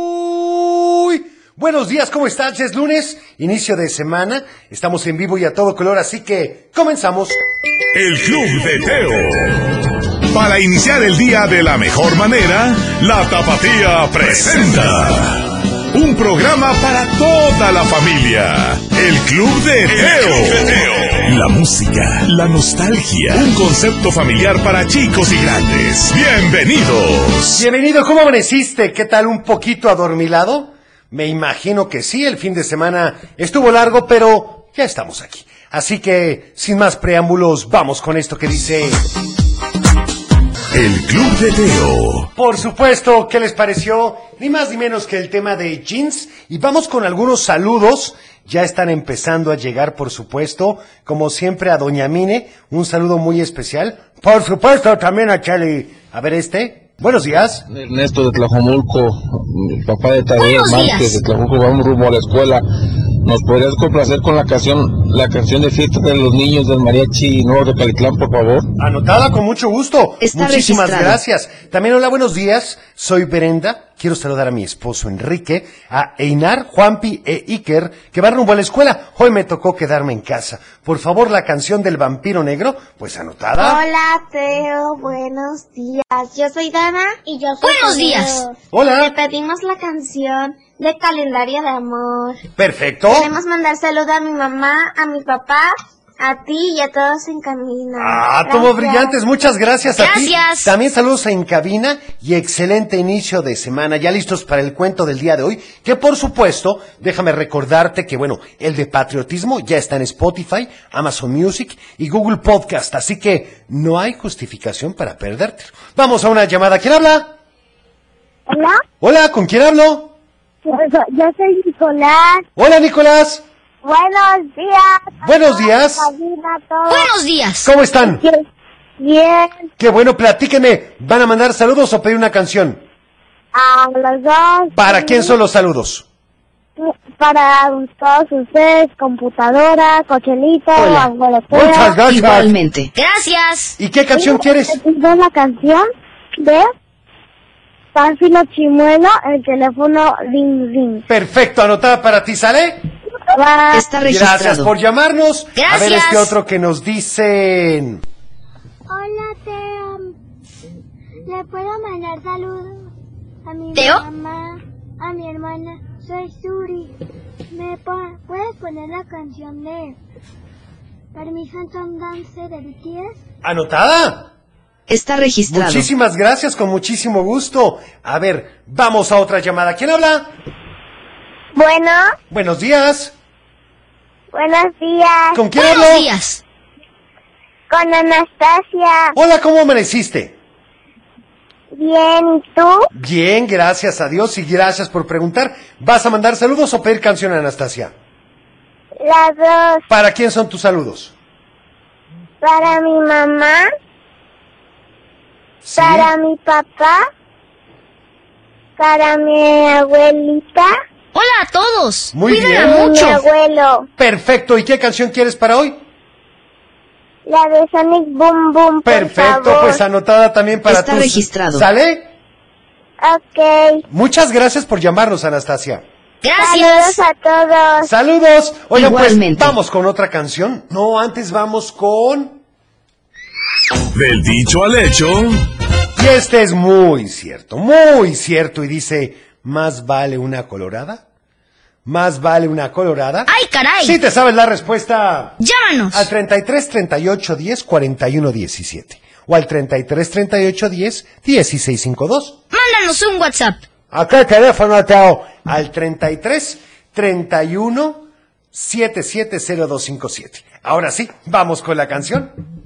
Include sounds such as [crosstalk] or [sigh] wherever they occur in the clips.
Muy buenos días, ¿cómo están? Ya Es lunes, inicio de semana, estamos en vivo y a todo color, así que comenzamos. El Club de Teo. Para iniciar el día de la mejor manera, la Tapatía presenta un programa para toda la familia. El Club de Teo. La música, la nostalgia, un concepto familiar para chicos y grandes. Bienvenidos. Bienvenido, ¿cómo amaneciste? ¿Qué tal? ¿Un poquito adormilado? Me imagino que sí, el fin de semana estuvo largo, pero ya estamos aquí. Así que, sin más preámbulos, vamos con esto que dice... El Club de Teo. Por supuesto, ¿qué les pareció? Ni más ni menos que el tema de jeans. Y vamos con algunos saludos. Ya están empezando a llegar, por supuesto. Como siempre, a Doña Mine. Un saludo muy especial. Por supuesto, también a Charlie. A ver este. Buenos días. Ernesto de Tlajomulco, mi papá de Tadeo Buenos Márquez días. de Tlajomulco, vamos rumbo a la escuela. ¿Nos podrías complacer con la canción, la canción de fiesta de los niños del mariachi nuevo de Calitlán, por favor? Anotada con mucho gusto. Está Muchísimas registrado. gracias. También hola, buenos días. Soy Brenda. Quiero saludar a mi esposo Enrique, a Einar, Juanpi e Iker, que van rumbo a la escuela. Hoy me tocó quedarme en casa. Por favor, la canción del vampiro negro, pues anotada. Hola, Teo, buenos días. Yo soy Dana. Y yo soy Buenos días. Le Hola. pedimos la canción de Calendario de Amor. Oh. Perfecto. Queremos mandar saludo a mi mamá, a mi papá, a ti y a todos en camino. Ah, Gracias. todos brillantes, muchas gracias a ti. Gracias. También saludos en cabina y excelente inicio de semana. Ya listos para el cuento del día de hoy, que por supuesto, déjame recordarte que bueno, el de patriotismo ya está en Spotify, Amazon Music y Google Podcast, así que no hay justificación para perdértelo. Vamos a una llamada. ¿Quién habla? Hola, pues, Hola, ¿con quién hablo? yo soy Nicolás. Hola, Nicolás. Buenos días. Buenos días. Buenos días. ¿Cómo están? Bien, Qué bueno, platíquenme. ¿Van a mandar saludos o pedir una canción? a los dos. ¿Para quién son los saludos? Para todos ustedes, computadora, cochelito, Hola. Muchas gracias. Igualmente. Gracias. ¿Y qué canción quieres? Esta es la canción de Pánfilo Chimuelo, el teléfono ring ring. Perfecto, anotada para ti, ¿sale? Va. Está registrado. Gracias por llamarnos. A ver Gracias. este otro que nos dicen. Hola, Teo. ¿Le puedo mandar saludos a mi ¿Teo? mamá, a mi hermana? Soy Suri. ¿Me po- puedes poner la canción de Permiso Phantom Dance de BTS? ¿Anotada? Está registrado. Muchísimas gracias, con muchísimo gusto. A ver, vamos a otra llamada. ¿Quién habla? Bueno, Buenos días. buenos días. ¿Con quién hablo? Buenos días. Con Anastasia. Hola, ¿cómo amaneciste? Bien, ¿y tú? Bien, gracias a Dios y gracias por preguntar. ¿Vas a mandar saludos o pedir canción, Anastasia? Las dos. ¿Para quién son tus saludos? Para mi mamá, ¿Sí? para mi papá, para mi abuelita Hola a todos. Muy Cuídenla bien. y mi mucho. abuelo. Perfecto, ¿y qué canción quieres para hoy? La de Sonic Boom Boom, por Perfecto, favor. pues anotada también para Está tus- registrado. ¿Sale? Ok. Muchas gracias por llamarnos, Anastasia. Gracias. Saludos a todos. Saludos. Oye, pues Igualmente. vamos con otra canción. No, antes vamos con... Del dicho al hecho, Y este es muy cierto, muy cierto. Y dice, más vale una colorada. Más vale una colorada. Ay, caray. Si te sabes la respuesta Llámanos. al 33 38 10 41 17 o al 33 38 10 16 52. Mándanos un WhatsApp. Acá el teléfono te hago al 33 31 770257. Ahora sí, vamos con la canción.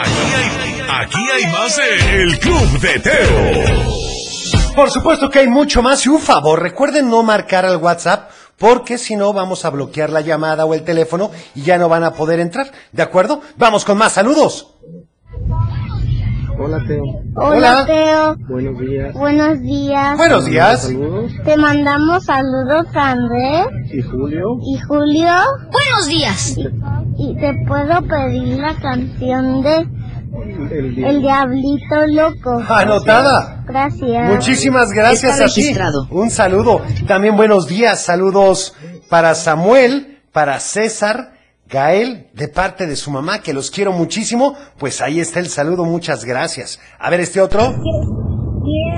aquí hay, aquí hay más de El Club de Teo. Por supuesto que hay mucho más y un favor, recuerden no marcar al WhatsApp porque si no vamos a bloquear la llamada o el teléfono y ya no van a poder entrar, ¿de acuerdo? Vamos con más saludos. Hola, Teo. Hola. Teo. Buenos días. Buenos días. Buenos días. Saludos. Te mandamos saludos a Andrés Y Julio. y Julio. Buenos días. Y te puedo pedir la canción de El día. El Diablito Loco. Anotada. Gracias. Muchísimas gracias Está a ti. registrado. Un saludo. También buenos días. Saludos para Samuel, para César, Gael, de parte de su mamá, que los quiero muchísimo. Pues ahí está el saludo. Muchas gracias. A ver este otro.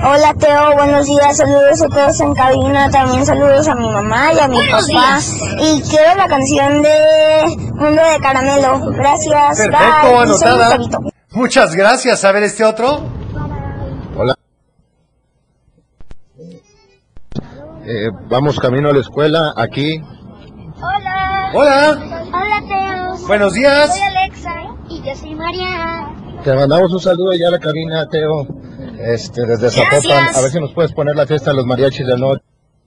Hola Teo, buenos días, saludos a todos en cabina, también saludos a mi mamá y a mi Buenos papá. días. Y quiero la canción de Mundo de Caramelo. Gracias. Perfecto, bye. Y soy anotada. Gustavito. Muchas gracias. A ver este otro. Eh, vamos camino a la escuela, aquí. Hola. Hola. Hola Teo. Buenos días. Alexa y yo soy María. Te mandamos un saludo allá a la cabina, Teo. Este, desde Zapopan. Gracias. A ver si nos puedes poner la fiesta de los mariachis de noche.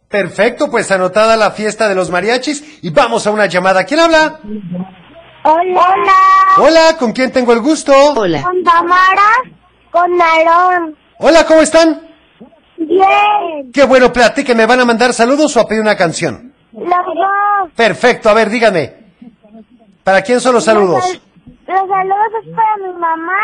Perfecto, pues anotada la fiesta de los mariachis y vamos a una llamada. ¿Quién habla? Hola. Hola, ¿con quién tengo el gusto? Hola. Con Tamara, con Aarón. Hola, ¿cómo están? Bien. Qué bueno, platique, ¿me van a mandar saludos o a pedir una canción? Los dos. Perfecto, a ver, díganme. ¿Para quién son los saludos? Los saludos es para mi mamá,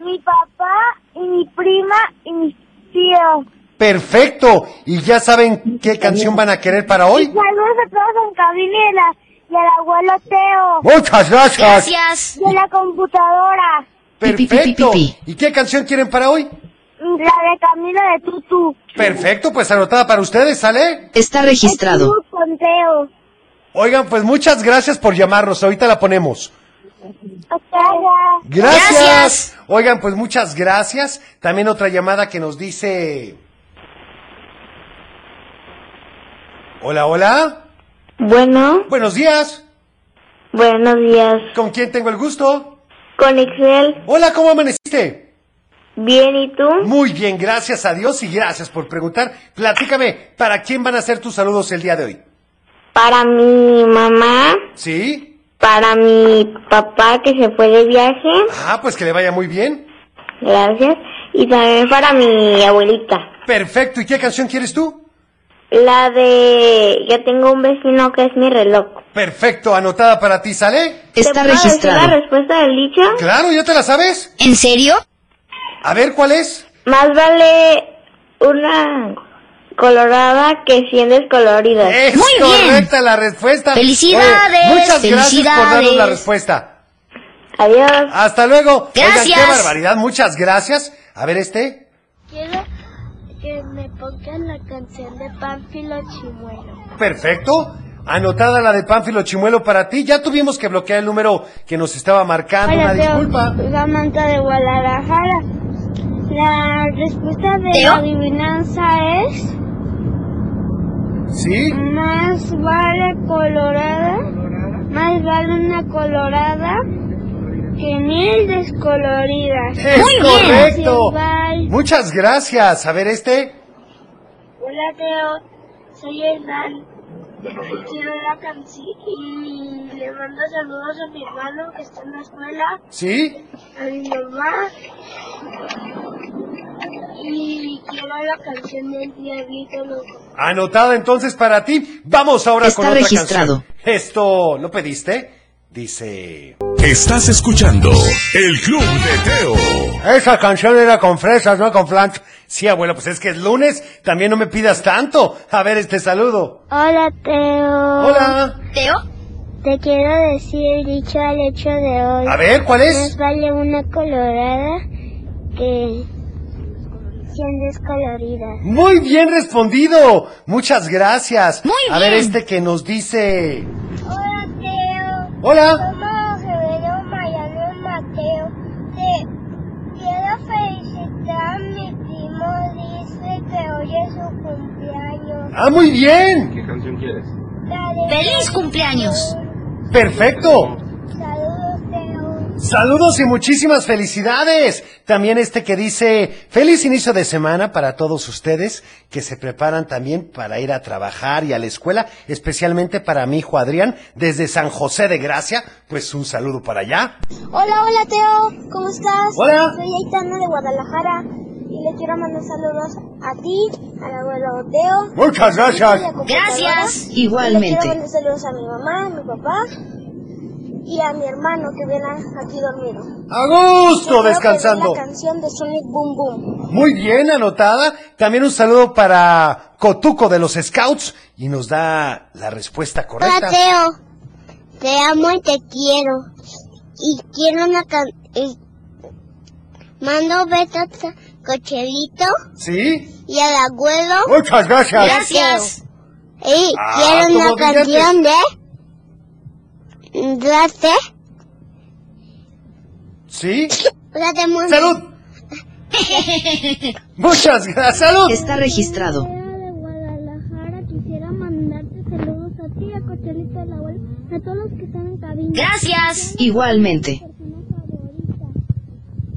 mi papá y mi prima y mis tíos. Perfecto, ¿y ya saben qué canción van a querer para hoy? Saludos a todos en cabina y, a la, y al abuelo Teo. Muchas gracias. Gracias. Y a la computadora. Perfecto. ¿Y qué canción quieren para hoy? La de Camilo de Tutu. Perfecto, pues anotada para ustedes, ¿sale? Está registrado. Tutu con Teo. Oigan, pues muchas gracias por llamarnos. Ahorita la ponemos. Gracias. Gracias. Gracias. Oigan, pues muchas gracias. También otra llamada que nos dice. Hola, hola. Bueno, Buenos días. buenos días. ¿Con quién tengo el gusto? Con Excel, Hola, ¿cómo amaneciste? bien y tú. Muy bien, gracias a Dios y gracias por preguntar. Platícame, ¿para quién van a ser tus saludos el día de hoy? Para mi mamá, ¿Sí? para mi papá que se fue de viaje. Ah, pues que le vaya muy bien. Gracias. Y también para mi abuelita. Perfecto. ¿Y qué canción quieres tú? La de yo tengo un vecino que es mi reloj. Perfecto, anotada para ti, ¿sale? Está ¿Te puedo decir la registrado. respuesta del dicho? Claro, ¿ya te la sabes? ¿En serio? A ver, ¿cuál es? Más vale una colorada que cien descoloridas. Es Muy bien. correcta la respuesta. Felicidades, Oye, muchas gracias por darnos la felicidades. respuesta. Adiós. Hasta luego. Gracias. Oigan, qué barbaridad. Muchas gracias. A ver este. Quiero que me pongan la canción de Pánfilo Chimuelo. Perfecto. Anotada la de Pánfilo Chimuelo para ti. Ya tuvimos que bloquear el número que nos estaba marcando. Ah, pues, Una disculpa. La manta de Guadalajara. La respuesta de ¿Teo? la adivinanza es ¿Sí? Más vale colorada, más vale una colorada que mil descoloridas. Es Muy bien. correcto. Gracias, bye. Muchas gracias. A ver este. Hola Teo, soy Hernán. Y Quiero la canción y le mando saludos a mi hermano que está en la escuela, ¿Sí? a mi mamá. Y quiero la canción del Diablito Loco. Anotada entonces para ti. Vamos ahora Está con otra registrado. canción. Esto lo pediste. Dice. Estás escuchando El Club de Teo. Esa canción era con fresas, no con flan. Sí, abuelo, pues es que es lunes. También no me pidas tanto. A ver este saludo. Hola Teo. Hola. ¿Teo? Te quiero decir el dicho al hecho de hoy. A ver, ¿cuál Más es? vale una colorada que cien descoloridas. Muy bien respondido. Muchas gracias. Muy A ver bien. este que nos dice. Hola, Teo. Hola. Somos Rivero Mariano y Mateo. Te quiero felicitar. Mi primo dice que hoy es su cumpleaños. Ah, muy bien. ¿Qué canción quieres? Dale, ¡Feliz cumpleaños! Perfecto. saludos, Teo. Saludos y muchísimas felicidades. También este que dice, feliz inicio de semana para todos ustedes que se preparan también para ir a trabajar y a la escuela, especialmente para mi hijo Adrián desde San José de Gracia. Pues un saludo para allá. Hola, hola Teo, ¿cómo estás? Hola. Soy Aitana de Guadalajara y le quiero mandar saludos a ti, al abuelo Teo. Muchas gracias. Gracias. Le quiero Igualmente. mandar saludos a mi mamá, a mi papá y a mi hermano que viene aquí dormido. A gusto, Yo creo que descansando. es La canción de Sonic Boom Boom. Muy bien, anotada. También un saludo para Cotuco de los Scouts y nos da la respuesta correcta. Teo. Te amo y te quiero. Y quiero una can... Mando besos a Cochelito ¿Sí? y al abuelo. Muchas gracias. Gracias. Y Ah, quiero una como billetes. canción de... Date. ¿Sí? Date muy ¡Salud! Muchas gracias, salud. Está registrado. de Guadalajara quisiera mandarte saludos a ti, a Cochelito, al abuelo, a todos los que están en cabina. Gracias. Igualmente.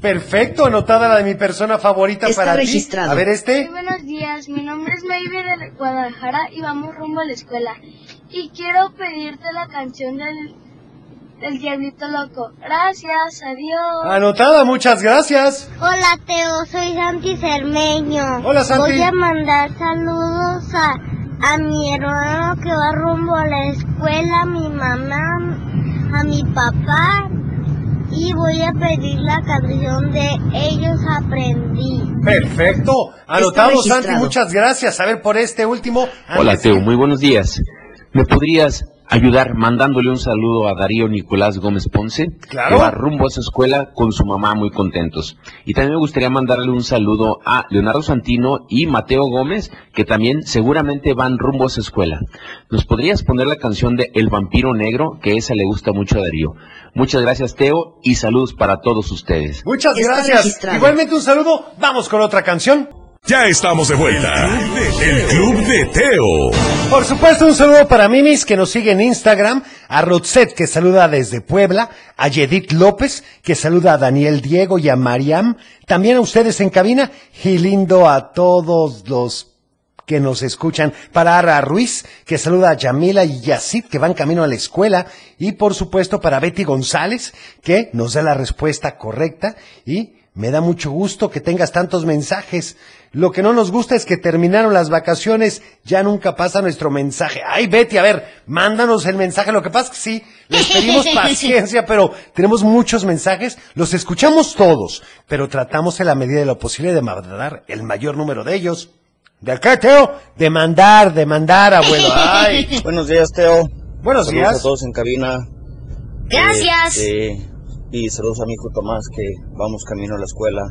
Persona favorita. Perfecto, anotada la de mi persona favorita Está para ti. registrado. A ver este. Muy buenos días, mi nombre es Maybe de Guadalajara y vamos rumbo a la escuela. Y quiero pedirte la canción del, del Diablito Loco. Gracias, adiós. Anotada, muchas gracias. Hola Teo, soy Santi Cermeño. Hola, Santi. Voy a mandar saludos a, a mi hermano que va rumbo a la escuela, a mi mamá, a mi papá y voy a pedir la canción de Ellos Aprendí. Perfecto. Anotado, registrado. Santi, muchas gracias. A ver por este último. Ah, Hola Antes de- Teo, muy buenos días. ¿Me podrías ayudar mandándole un saludo a Darío Nicolás Gómez Ponce? Claro. Que va rumbo a su escuela con su mamá muy contentos. Y también me gustaría mandarle un saludo a Leonardo Santino y Mateo Gómez, que también seguramente van rumbo a su escuela. ¿Nos podrías poner la canción de El vampiro negro? Que esa le gusta mucho a Darío. Muchas gracias Teo y saludos para todos ustedes. Muchas Está gracias. registrado. Igualmente un saludo. Vamos con otra canción. Ya estamos de vuelta. El Club de Teo. Por supuesto, un saludo para Mimis que nos sigue en Instagram, a Roxette que saluda desde Puebla, a Yedith López que saluda a Daniel Diego y a Mariam, también a ustedes en cabina y lindo a todos los que nos escuchan, para Ara Ruiz que saluda a Yamila y Yacid que van camino a la escuela y por supuesto para Betty González que nos da la respuesta correcta y me da mucho gusto que tengas tantos mensajes. Lo que no nos gusta es que terminaron las vacaciones, ya nunca pasa nuestro mensaje. Ay, Betty, a ver, mándanos el mensaje. Lo que pasa es que sí, les pedimos paciencia, pero tenemos muchos mensajes, los escuchamos todos, pero tratamos en la medida de lo posible de mandar el mayor número de ellos. ¿De acá, Teo? De mandar, de mandar, abuelo. [laughs] Ay. Buenos días, Teo. Buenos saludos días. a todos en cabina. Gracias. Este, y saludos a mi hijo Tomás, que vamos camino a la escuela.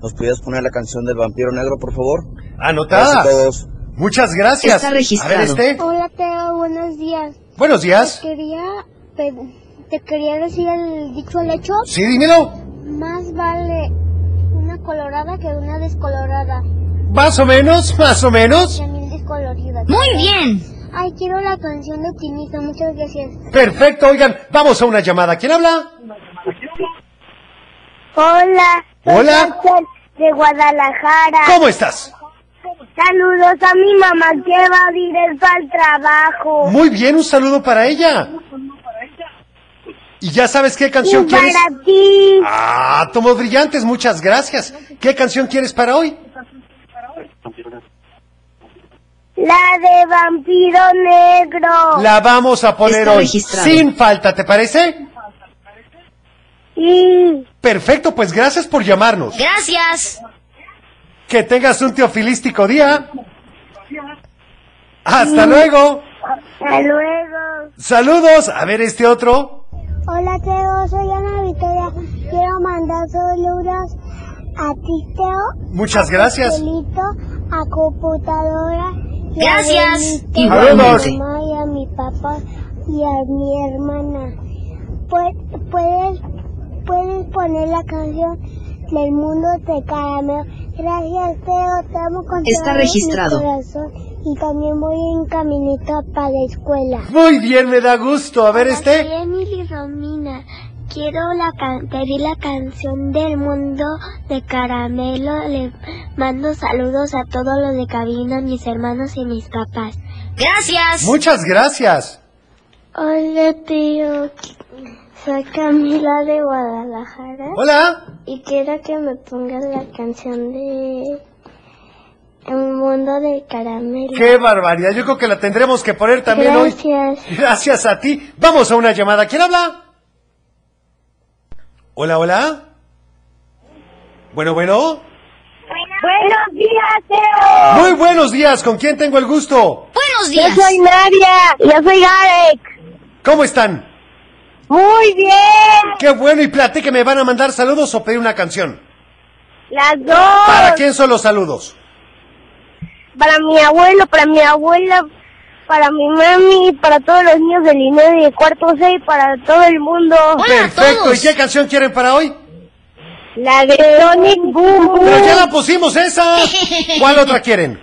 ¿Nos pudieras poner la canción del vampiro negro, por favor? Gracias a Anotada. todos. Muchas gracias. Está registrado. A ver, este. Hola Teo, buenos días. Buenos días. quería, te quería decir el dicho al hecho. Sí, dímelo. Más vale una colorada que una descolorada. Más o menos, más o menos. Que mil descoloridas. Muy bien. Ay, quiero la canción de Tinita, muchas gracias. Perfecto, oigan, vamos a una llamada. ¿Quién habla? Hola. soy Hola. Axel De Guadalajara. ¿Cómo estás? Saludos a mi mamá que va directo al trabajo. Muy bien, un saludo para ella. ¿Y ya sabes qué canción y quieres? para ti. Ah, tomos brillantes, muchas gracias. ¿Qué canción quieres para hoy? La de vampiro negro. La vamos a poner Está hoy. registrado. Sin falta, ¿te parece? Y Perfecto, pues gracias por llamarnos. Gracias. Que tengas un teofilístico día. Hasta luego. hasta luego. Saludos. A ver este otro. Hola Teo, soy Ana Victoria. Quiero mandar saludos a ti Teo, Muchas gracias. Celito, a computadora. y a Gracias. Benito, Saludos. Igualmente. a mi mamá y a mi papá y a mi hermana. Pu- Puedes, puedes poner la canción del mundo de caramelo. Gracias Teo, te amo con Está todo mi registrado. corazón y también voy en caminito para la escuela. Muy bien, me da gusto. A ver este. Emily Romina, Quiero la can- pedir la canción del mundo de caramelo. Le mando saludos a todos los de cabina, mis hermanos y mis papás. Gracias. Muchas gracias. Hola tío, soy Camila de Guadalajara Hola. y quiero que me pongas la canción de El mundo de caramelo. Qué barbaridad. Yo creo que la tendremos que poner también hoy. Gracias. Gracias a ti. Vamos a una llamada. ¿Quién habla? Hola, hola. Bueno, bueno. Buenos días, Teo. Muy buenos días. ¿Con quién tengo el gusto? Buenos días. Nadia. Yo soy Garek. ¿Cómo están? Muy bien. Qué bueno. Y platé que me van a mandar saludos o pedir una canción. Las dos. ¿Para quién son los saludos? Para mi abuelo, para mi abuela, para mi mami, para todos los niños del INE de cuarto 6, para todo el mundo. Hola a Perfecto. ¿Y todos. qué canción quieren para hoy? La de Sonic Boom Boom. Pero ya la pusimos esa. ¿Cuál otra quieren?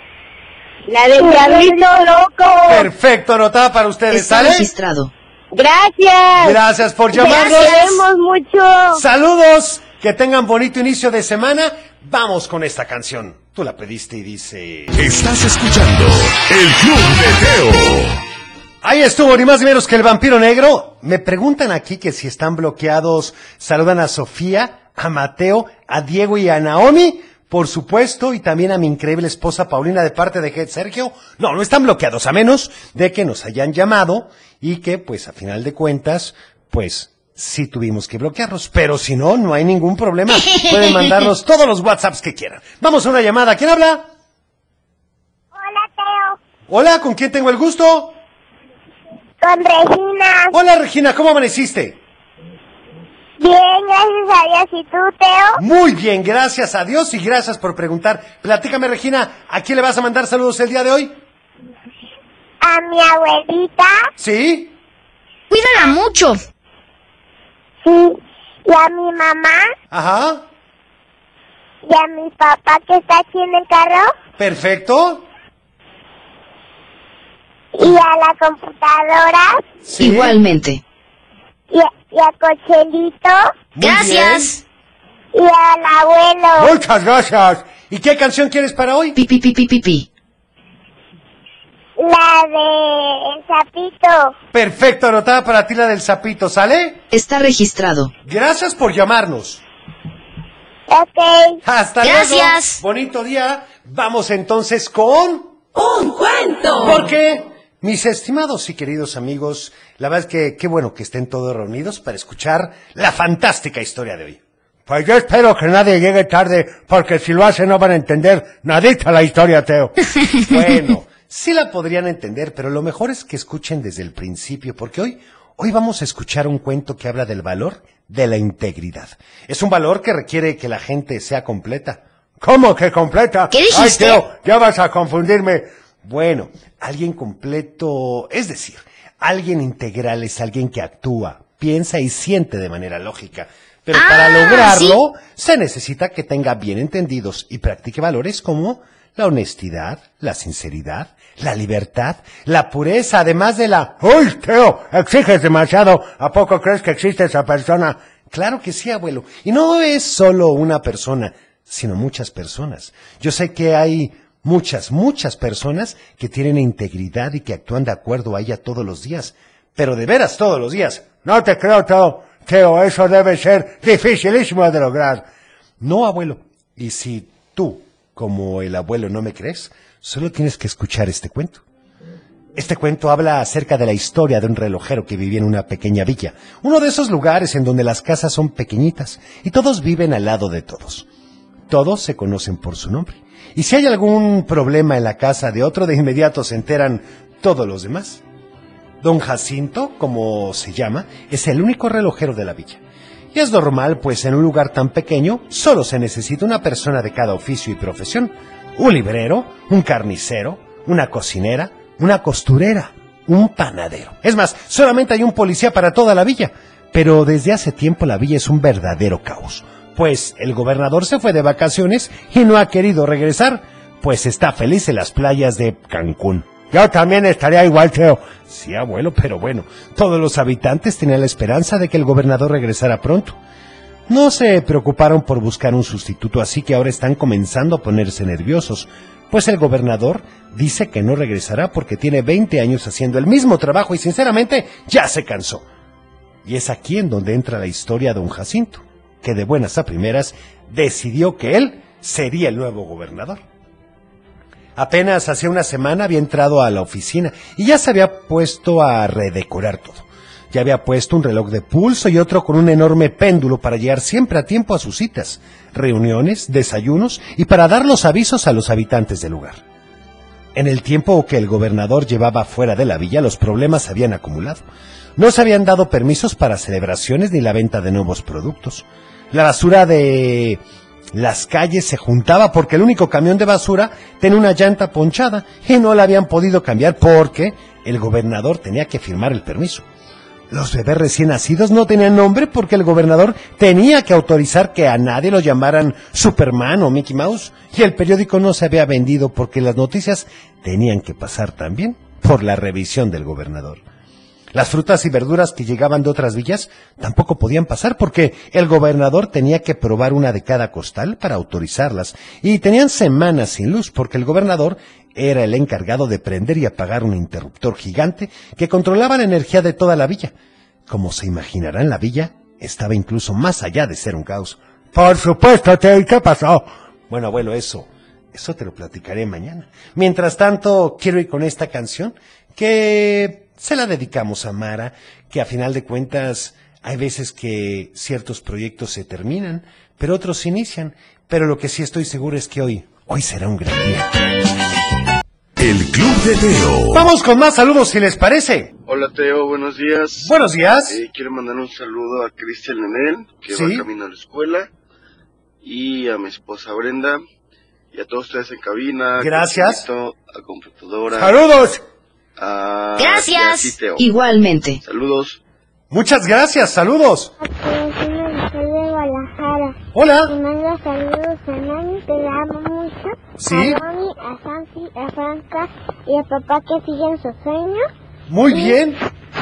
[laughs] La de Diablito Loco. Perfecto, anotada para ustedes, Está ¿sale? registrado. Gracias. Gracias por llamarnos. Te queremos mucho. Saludos, que tengan bonito inicio de semana. Vamos con esta canción. Tú la pediste y dice... Estás escuchando El Club de Teo. Ahí estuvo, ni más ni menos que el vampiro negro. Me preguntan aquí que si están bloqueados. Saludan a Sofía, a Mateo, a Diego y a Naomi. Por supuesto, y también a mi increíble esposa Paulina de parte de Head Sergio. No, no están bloqueados, a menos de que nos hayan llamado y que, pues, a final de cuentas, pues, sí tuvimos que bloquearlos. Pero si no, no hay ningún problema. Pueden mandarnos todos los WhatsApps que quieran. Vamos a una llamada. ¿Quién habla? Hola, Teo. Hola, ¿con quién tengo el gusto? Con Regina. Hola Regina, ¿cómo amaneciste? Bien, gracias a Dios. ¿Y tú, Teo? Muy bien, gracias a Dios y gracias por preguntar. Platícame, Regina, ¿a quién le vas a mandar saludos el día de hoy? A mi abuelita. ¿Sí? Cuídala mucho. Sí. Y a mi mamá. Ajá. Y a mi papá que está aquí en el carro. Perfecto. Y a la computadora. Sí. Igualmente. Y a, y a Cochelito. Muy bien. Gracias. Y al abuelo. Muchas gracias. ¿Y qué canción quieres para hoy? Pi, pi, pi, pi, pi, pi. La de El Sapito. Perfecto, anotada para ti la del sapito, ¿sale? Está registrado. Gracias por llamarnos. Ok. Hasta luego. Gracias. Bonito día. Vamos entonces con... Porque, mis estimados y queridos amigos, la verdad es que qué bueno que estén todos reunidos para escuchar la fantástica historia de hoy. Pues yo espero que nadie llegue tarde, porque si lo hace no van a entender nadita la historia, [laughs] Teo. bueno, sí la podrían entender, pero lo mejor es que escuchen desde el principio, porque hoy, hoy vamos a escuchar un cuento que habla del valor de la integridad. Es un valor que requiere que la gente sea completa. ¿Cómo que completa? ¿Qué Ay, dijiste? Teo, ya vas a confundirme. Bueno, alguien completo, es decir, alguien integral es alguien que actúa, piensa y siente de manera lógica. Pero Ah, para lograrlo, se necesita que tenga bien entendidos y practique valores como la honestidad, la sinceridad, la libertad, la pureza, además de la... ¡Uy, Teo! Exiges demasiado. ¿A poco crees que existe esa persona? Claro que sí, abuelo. Y no es solo una persona, sino muchas personas. Yo sé que hay muchas, muchas personas que tienen integridad y que actúan de acuerdo a ella todos los días. Pero de veras todos los días. No te creo, Teo. Teo, eso debe ser dificilísimo de lograr. No, abuelo. Y si tú, como el abuelo, no me crees, solo tienes que escuchar este cuento. Este cuento habla acerca de la historia de un relojero que vivía en una pequeña villa, uno de esos lugares en donde las casas son pequeñitas y todos viven al lado de todos. Todos se conocen por su nombre. Y si hay algún problema en la casa de otro, de inmediato se enteran todos los demás. Don Jacinto, como se llama, es el único relojero de la villa. Y es normal, pues en un lugar tan pequeño solo se necesita una persona de cada oficio y profesión. Un librero, un carnicero, una cocinera, una costurera, un panadero. Es más, solamente hay un policía para toda la villa. Pero desde hace tiempo la villa es un verdadero caos. Pues el gobernador se fue de vacaciones y no ha querido regresar, pues está feliz en las playas de Cancún. Yo también estaría igual, Teo. Sí, abuelo, pero bueno, todos los habitantes tenían la esperanza de que el gobernador regresara pronto. No se preocuparon por buscar un sustituto, así que ahora están comenzando a ponerse nerviosos, pues el gobernador dice que no regresará porque tiene 20 años haciendo el mismo trabajo y sinceramente ya se cansó. Y es aquí en donde entra la historia de don Jacinto, que de buenas a primeras decidió que él sería el nuevo gobernador. Apenas hacía una semana había entrado a la oficina y ya se había puesto a redecorar todo. Ya había puesto un reloj de pulso y otro con un enorme péndulo para llegar siempre a tiempo a sus citas, reuniones, desayunos y para dar los avisos a los habitantes del lugar. En el tiempo que el gobernador llevaba fuera de la villa, los problemas se habían acumulado. No se habían dado permisos para celebraciones ni la venta de nuevos productos. La basura de las calles se juntaba porque el único camión de basura tenía una llanta ponchada y no la habían podido cambiar porque el gobernador tenía que firmar el permiso. Los bebés recién nacidos no tenían nombre porque el gobernador tenía que autorizar que a nadie lo llamaran Superman o Mickey Mouse y el periódico no se había vendido porque las noticias tenían que pasar también por la revisión del gobernador. Las frutas y verduras que llegaban de otras villas tampoco podían pasar porque el gobernador tenía que probar una de cada costal para autorizarlas y tenían semanas sin luz porque el gobernador era el encargado de prender y apagar un interruptor gigante que controlaba la energía de toda la villa. Como se imaginarán, la villa estaba incluso más allá de ser un caos. Por supuesto, Teo, ¿y qué pasó? Bueno, abuelo, eso, eso te lo platicaré mañana. Mientras tanto, quiero ir con esta canción que se la dedicamos a Mara, que a final de cuentas hay veces que ciertos proyectos se terminan, pero otros se inician. Pero lo que sí estoy seguro es que hoy, hoy será un gran día. El Club de Teo. Vamos con más saludos si les parece. Hola Teo, buenos días. Buenos días. Eh, quiero mandar un saludo a Cristian Nenel, que Sí. va camino a la escuela, y a mi esposa Brenda, y a todos ustedes en cabina. Gracias. A Chocito, a computadora. Saludos. A... y a ti, Gracias. Ah, Teo. Igualmente. Saludos. Muchas gracias, saludos. soy de Guadalajara. Te Hola. mando saludos a Nani, te la amo mucho. Sí. A Romy, a Sansi, a Franca y a papá que siguen sus sueños. Muy bien.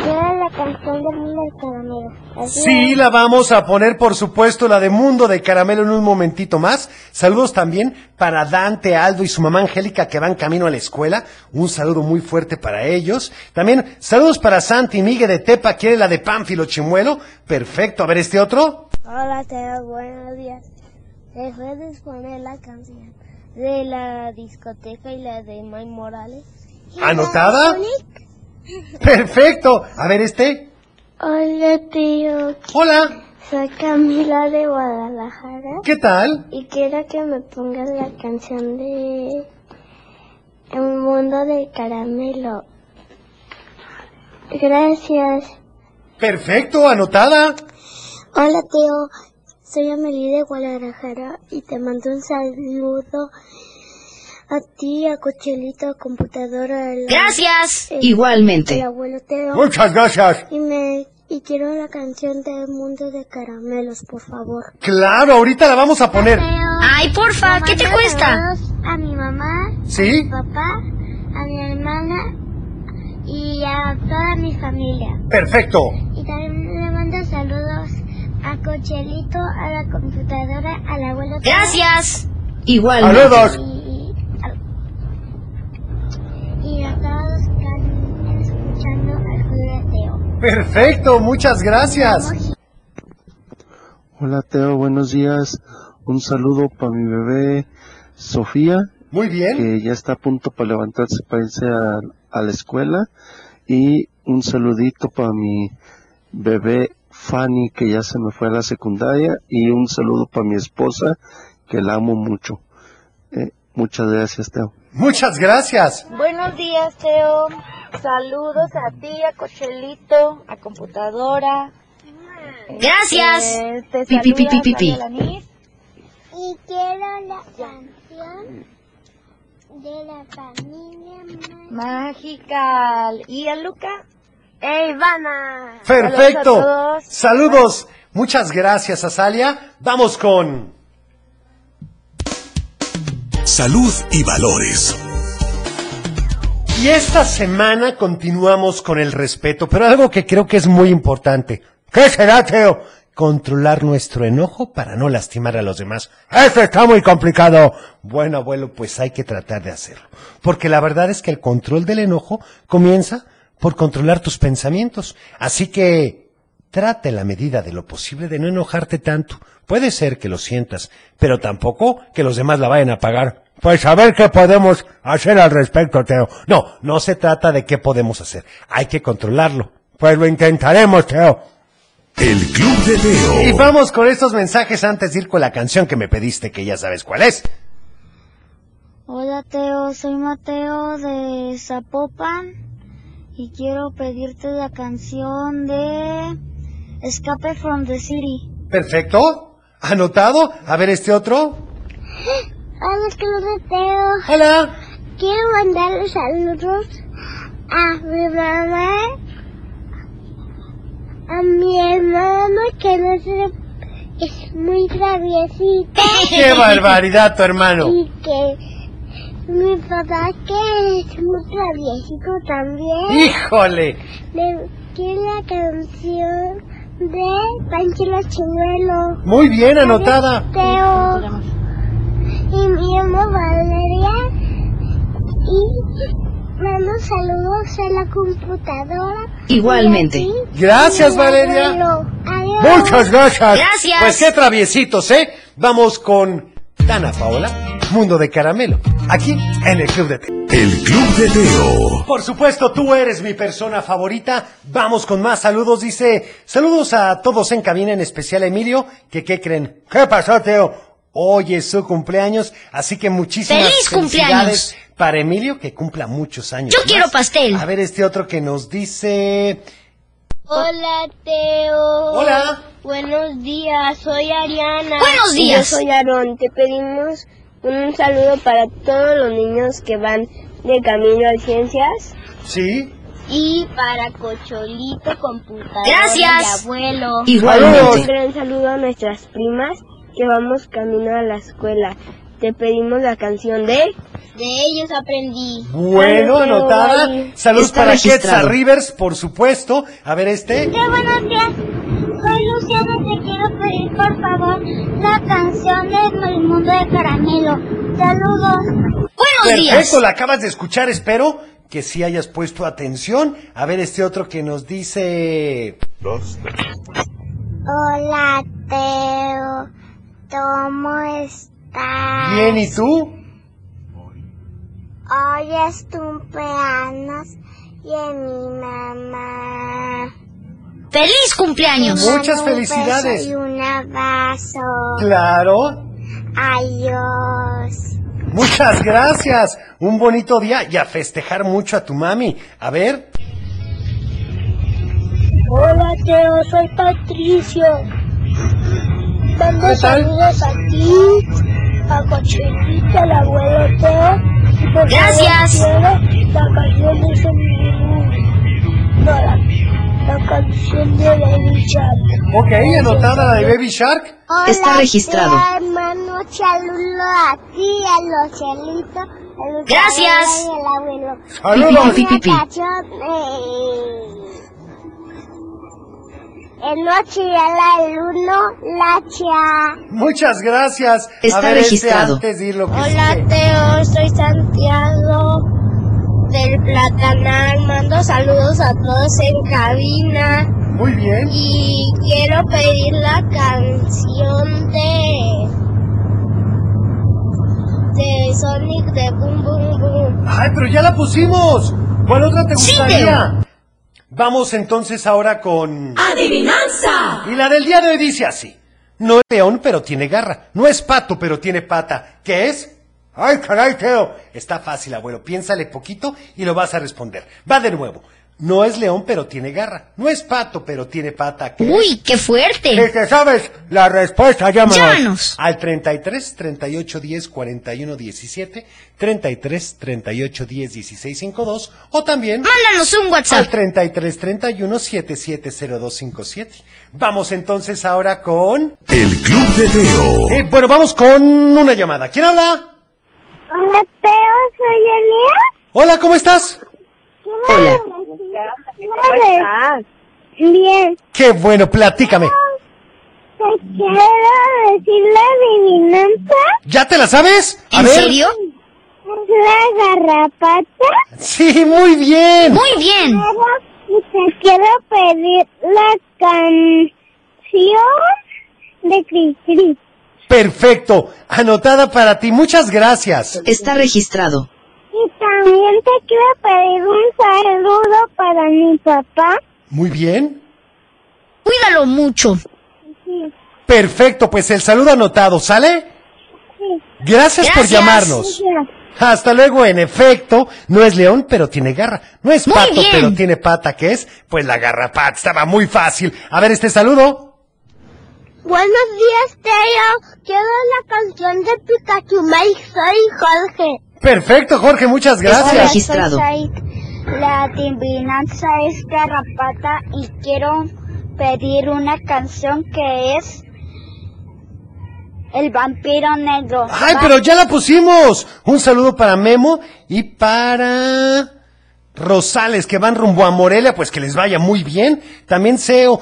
Quiero la canción de Mundo del Caramelo. Así Sí, la vamos a poner, por supuesto, la de Mundo de Caramelo en un momentito más. Saludos también para Dante, Aldo y su mamá Angélica que van camino a la escuela. Un saludo muy fuerte para ellos. También saludos para Santi Miguel de Tepa, quiere la de Pánfilo Chimuelo. Perfecto, a ver este otro. Hola, Teo, buenos días. ¿Te puedes poner la canción de la discoteca y la de Mike Morales? ¿Anotada? Perfecto, a ver este. Hola, Teo. Hola, Soy Camila de Guadalajara ¿qué tal? y quiero que me pongas la canción de El mundo del caramelo. Gracias. Perfecto, anotada. Hola, Teo. Soy Amelie de Guadalajara y te mando un saludo a ti, a Cochelito, a computadora, al, Gracias. al Igualmente. abuelo Teo. Muchas gracias. Y, me, y quiero la canción de El mundo de caramelos, por favor. Claro, ahorita la vamos a poner. Ay, porfa, ¿qué te cuesta? A mi mamá, ¿Sí? papá, a mi hermana y a toda mi familia. Perfecto. Y también le mando saludos a Cochelito, a la computadora, al abuelo. Teo. Gracias. Igualmente. Saludos. Y, y a todos que están escuchando al jugueteo. Perfecto, muchas gracias. Hola Teo, buenos días. Un saludo para mi bebé Sofía, Muy bien. que ya está a punto para levantarse para irse a, a la escuela. Y un saludito para mi bebé Fanny, que ya se me fue a la secundaria. Y un saludo para mi esposa, que la amo mucho. Eh, muchas gracias, Teo. Muchas gracias. Buenos días, Teo. Saludos a ti, a Cochelito, a computadora. Gracias. Eh, te Pi, pi, pi, saluda pi, pi, Tania Lanís. Y quiero la canción de la familia Magical. Y a Luca. ¡Ey, Ivana! Perfecto. Saludos a todos. Saludos. Muchas gracias, Azalia. Vamos con... Salud y valores. Y esta semana continuamos con el respeto, pero algo que creo que es muy importante. ¿Qué será, Teo? Controlar nuestro enojo para no lastimar a los demás. Eso está muy complicado. Bueno, abuelo, pues hay que tratar de hacerlo. Porque la verdad es que el control del enojo comienza por controlar tus pensamientos. Así que trata en la medida de lo posible de no enojarte tanto. Puede ser que lo sientas, pero tampoco que los demás la vayan a pagar. Pues a ver qué podemos hacer al respecto, Teo. No, no se trata de qué podemos hacer. Hay que controlarlo. Pues lo intentaremos, Teo. El Club de Y Teo. vamos con estos mensajes antes de ir con la canción que me pediste, que ya sabes cuál es. Hola Teo, soy Mateo de Zapopan y quiero pedirte la canción de Escape from the City. Perfecto. ¿Anotado? A ver este otro. Hola Club de Teo, Hola. quiero mandar saludos a mi mamá, a mi hermano que no se, que es muy traviesita ¡Qué barbaridad, tu hermano! y que mi papá que es muy traviesito también. ¡Híjole! Me quiero la canción de Panchilo Chimuelo. Muy bien anotada. Teo. Y mi amo Valeria. Y mando saludos a la computadora. Igualmente. Y a ti, Gracias, mi Valeria. abuelo. Adiós. Muchas gracias. Gracias. Pues qué traviesitos, ¿eh? Vamos con Dana Paola, Mundo de Caramelo, aquí en el Club de Té. El Club de Teo. Por supuesto, tú eres mi persona favorita. Vamos con más saludos. Dice, saludos a todos en cabina, en especial a Emilio, que qué creen. ¿Qué pasó, Teo? Hoy es su cumpleaños, así que muchísimas ¡Feliz felicidades para Emilio, que cumpla muchos años. Yo más. quiero pastel. A ver este otro que nos dice... Hola, Teo. Hola. Buenos días, soy Ariana. Buenos Y días. Yo soy Aarón. Te pedimos un saludo para todos los niños que van de camino a ciencias Sí. y para Cocholito, computadora Gracias. y abuelo. Igualmente. Un gran saludo a nuestras primas que vamos camino a la escuela. Te pedimos la canción de... De ellos aprendí. Bueno, anotada. Saludos Está para registrado. Quetzal Rivers, por supuesto. A ver este. Hola, buenos días. Soy Luciana, te quiero pedir por favor la canción de El Mundo de Caramelo. Saludos. Buenos días. Perfecto, la acabas de escuchar, espero que sí hayas puesto atención. A ver este otro que nos dice... Hola, Teo. ¿Cómo estás? Bien, ¿y tú? Hoy es tu cumpleaños y es mi mamá. Feliz cumpleaños. Muchas Dame un felicidades. beso Y un abrazo. Claro. Adiós. Muchas gracias. Un bonito día y a festejar mucho a tu mami. A ver. Hola Teo, soy Patricio. Mando ¿Qué tal? saludos a ti, a Cochelito, al abuelo Teo. y por favor, Gracias. quiero la canción de Sonido. No, la, la canción de Baby Shark. Ok, anotada la de Baby Shark. Está registrado. Teo, hermano, saludo a ti, a los chelitos. al Gracias. abuelo y al abuelo. eh, Saludos. [laughs] Pi, pi, pi, pi, pi. El noche la el uno, la cha. Muchas gracias. Está a ver registrado. este antes de ir lo que Hola sigue. Teo, soy Santiago del Platanal. Mando saludos a todos en cabina Muy bien. y quiero pedir la canción de de Sonic de Boom Boom Boom. Ay, pero ya la pusimos. ¿Cuál otra te Sí, gustaría? Vamos entonces ahora con... Adivinanza. Y la del día de hoy dice así. No es león, pero tiene garra. No es pato, pero tiene pata. ¿Qué es? ¡Ay, caray, Teo! Está fácil, abuelo. Piénsale poquito y lo vas a responder. Va de nuevo. No es león, pero tiene garra. No es pato, pero tiene pata. ¿Qué es? Uy, qué Si fuerte. te Este, sabes la respuesta, llámanos. Llámanos. Al 33 38 10 41 17, 33 38 10 16 52, o también Mándanos un al WhatsApp. 33 31 770257. Vamos entonces ahora con. El Club de Teo. Eh, bueno, vamos con una llamada. ¿Quién habla? Hola Teo, soy Elías. Hola, ¿cómo estás? Hola. ¿Cómo estás? Bien, Qué bueno, platícame. te quiero decir la adivinanza. ¿Ya te la sabes? A ¿En ver. serio? La garrapata. Sí, muy bien. Muy bien. Y te quiero pedir la canción de Cricri. Perfecto. Anotada para ti. Muchas gracias. Está registrado. Y también te quiero pedir un saludo para mi papá. Muy bien. Cuídalo mucho. Sí, Perfecto, pues el saludo anotado, ¿sale? sí, Gracias, por Gracias. llamarnos. ya. Hasta luego, en efecto, no es león, pero tiene garra. No es Muy pato, bien. pero tiene pata, ¿qué es? Pues la garrapata, estaba muy fácil. A ver este saludo. Buenos días, Teo. Quiero la canción de Pikachu Mike. Soy Jorge. Perfecto, Jorge, muchas Está gracias. regi- registrado. Soy Said. La adivinanza es garrapata y quiero pedir una canción que es El vampiro negro. Ay, Va- pero ya la pusimos. Un saludo para Memo y para Rosales, que van rumbo a Morelia, pues que les vaya muy bien. También Seo.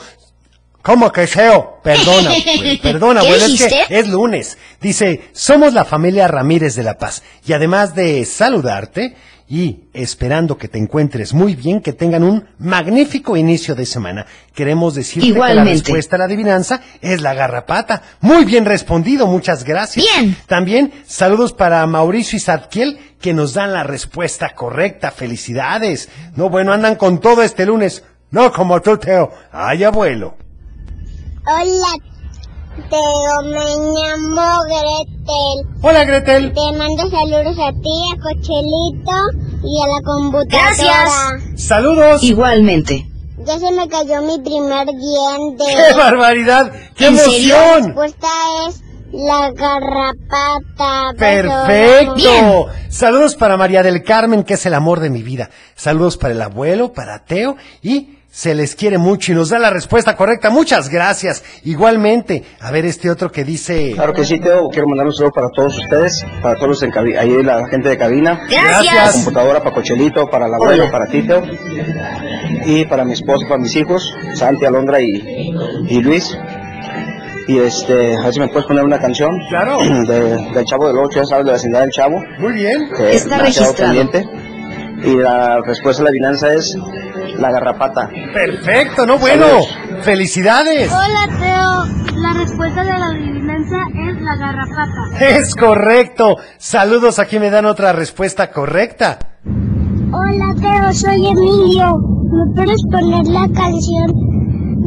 ¿Cómo que Seo? [laughs] Perdona, güey, perdona, ¿Qué bueno, es dijiste? que es lunes. Dice, somos la familia Ramírez de La Paz. Y además de saludarte y esperando que te encuentres muy bien, que tengan un magnífico inicio de semana. Queremos decirte que Igualmente. la respuesta a la adivinanza es la garrapata. Muy bien respondido, muchas gracias. Bien. También saludos para Mauricio y Zadkiel que nos dan la respuesta correcta. Felicidades. No, bueno, andan con todo este lunes. No como tú, Teo. Ay, abuelo. Hola, Teo, me llamo Gretel. Hola, Gretel. Te mando saludos a ti, a Cochelito y a la computadora. Gracias. Saludos. Igualmente. Ya se me cayó mi primer diente. ¡Qué barbaridad! ¡Qué ¿En serio? La emoción! respuesta es la garrapata. Perfecto. Bien. Saludos para María del Carmen, que es el amor de mi vida. Saludos para el abuelo, para Teo y se les quiere mucho y nos da la respuesta correcta. Muchas gracias. Igualmente, a ver este otro que dice Claro que sí, Teo. Quiero mandar un saludo para todos ustedes, para todos los en cabi- ahí la gente de cabina. Gracias. La computadora para Cochelito, para el abuelo, para ti, Teo. Y para mi esposo, para mis hijos, Santi, Alondra y, y Luis. Y este, a ver si me puedes poner una canción. Claro. [clears throat] de- del Chavo del Ocho, ya sabes, de la ciudad del Chavo. Muy bien. que Está me ha quedado registrado. Eh, pendiente. Y la respuesta a la adivinanza es la garrapata. Perfecto, no bueno. Felicidades. Hola Teo, la respuesta de la adivinanza es la garrapata. Es correcto. Saludos, aquí me dan otra respuesta correcta. Hola, Teo, soy Emilio. ¿Me puedes poner la canción?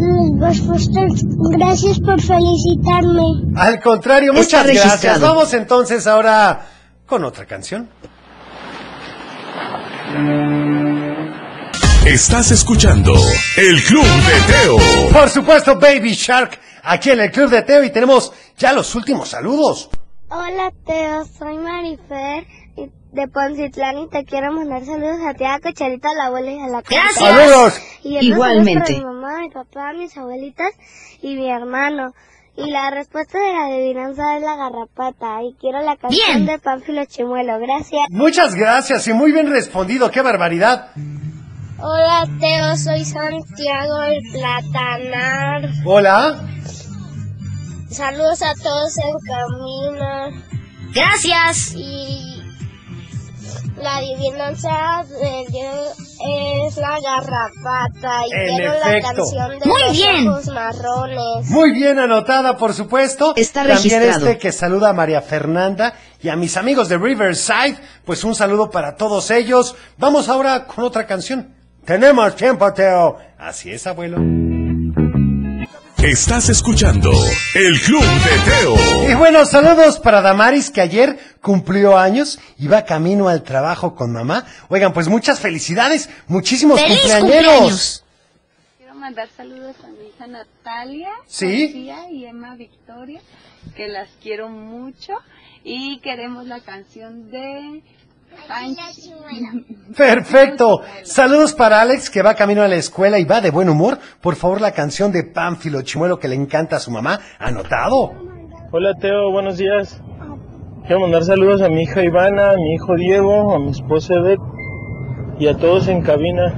de Los Fosters? Gracias por felicitarme. Al contrario, Está muchas gracias. registrado. Vamos entonces ahora con otra canción. Estás escuchando el Club de Teo. Por supuesto, Baby Shark, aquí en el Club de Teo y tenemos ya los últimos saludos. Hola, Teo, soy Marifer y- de Poncitlán y te quiero mandar saludos a ti, a Cocharita, a la abuela y a la Gracias. casa. Saludos. Y otros Igualmente. saludos para mi mamá, mi papá, mis abuelitas y mi hermano. Y la respuesta de la adivinanza es la garrapata. Y quiero la canción Bien. de Pánfilo Chimuelo. Gracias. Muchas gracias y muy bien respondido, qué barbaridad. Hola, Teo. Soy Santiago el Platanar. Hola. Saludos a todos en camino. Gracias. Y la adivinanza del día es la garrapata. Y En quiero efecto. la canción de Muy los bien. ojos marrones. Muy bien anotada, por supuesto. Está También registrado. este que saluda a María Fernanda y a mis amigos de Riverside, pues un saludo para todos ellos. Vamos ahora con otra canción. Tenemos tiempo, Teo. Así es, abuelo. Estás escuchando el Club de Teo. Y bueno, saludos para Damaris que ayer cumplió años y va camino al trabajo con mamá. Oigan, pues muchas felicidades, muchísimos ¡Feliz cumpleañeros. cumpleaños! Quiero mandar saludos a mi hija Natalia, Sí. Sofía y Emma Victoria, que las quiero mucho y queremos la canción de Panchi. Perfecto. Saludos para Alex que va camino a la escuela y va de buen humor. Por favor, la canción de Pánfilo Chimuelo que le encanta a su mamá. Anotado. Hola Teo, buenos días. Quiero mandar saludos a mi hija Ivana, a mi hijo Diego, a mi esposa Beth y a todos en cabina.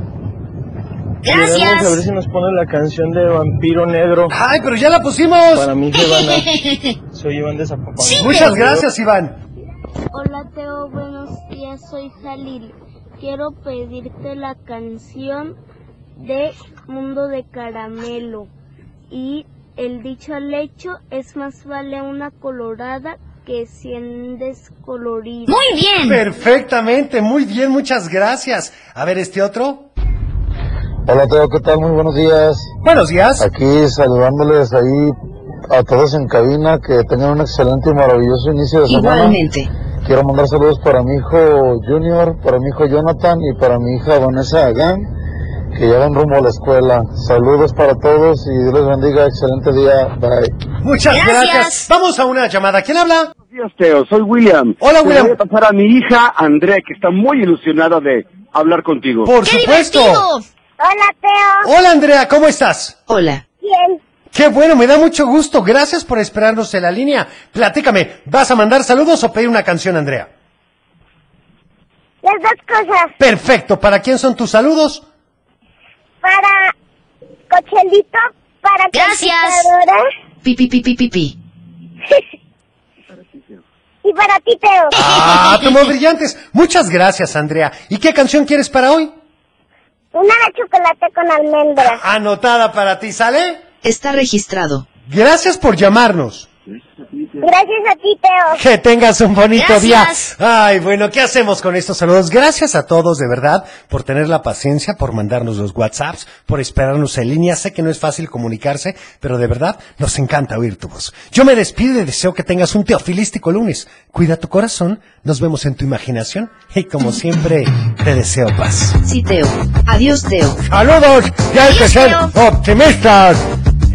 Gracias. Queremos saber si nos ponen la canción de Vampiro Negro. ¡Ay, pero ya la pusimos! Para mí, [laughs] Iván. Soy Iván de Zapopan. Muchas gracias, Iván. Hola Teo, buenos días, soy Jalil. Quiero pedirte la canción de Mundo de Caramelo. Y el dicho al hecho es más vale una colorada que cien descoloridas. Muy bien. Perfectamente, muy bien, muchas gracias. A ver, este otro. Hola Teo, ¿qué tal? Muy buenos días. Buenos días. Aquí saludándoles ahí a todos en cabina, que tengan un excelente y maravilloso inicio de semana. Igualmente. Quiero mandar saludos para mi hijo Junior, para mi hijo Jonathan y para mi hija Vanessa Agán, que ya van rumbo a la escuela. Saludos para todos y Dios les bendiga. Excelente día. Bye. Muchas gracias. Gracias. Vamos a una llamada. ¿Quién habla? Buenos días, Teo. Soy William. Hola, Te William. Voy a pasar a mi hija, Andrea, que está muy ilusionada de hablar contigo. Por ¡Qué supuesto. divertido! Hola Teo. Hola, Andrea, ¿cómo estás? Hola. ¿Quién? Qué bueno, me da mucho gusto. Gracias por esperarnos en la línea. Platícame, ¿vas a mandar saludos o pedir una canción, Andrea? Las dos cosas. Perfecto, ¿para quién son tus saludos? Para Cochelito, para Gracias. Pi, pi, pi, pi, pi, pi. y para ti Teo. [laughs] Átomos Ah, brillantes. Muchas gracias, Andrea. ¿Y qué canción quieres para hoy? Una de chocolate con almendras. Anotada para ti, ¿sale? Está registrado. Gracias por llamarnos. Gracias a ti Teo. [laughs] Que tengas un bonito Gracias. día. Ay, bueno, ¿qué hacemos con estos saludos? Gracias a todos, de verdad, por tener la paciencia, por mandarnos los WhatsApps, por esperarnos en línea. Sé que no es fácil comunicarse, pero de verdad nos encanta oír tu voz. Yo me despido y deseo que tengas un teofilístico lunes. Cuida tu corazón, nos vemos en tu imaginación y como siempre, te deseo paz. Sí, Teo. Adiós, Teo. Saludos, ya hay que Adiós, ser Leo. optimistas.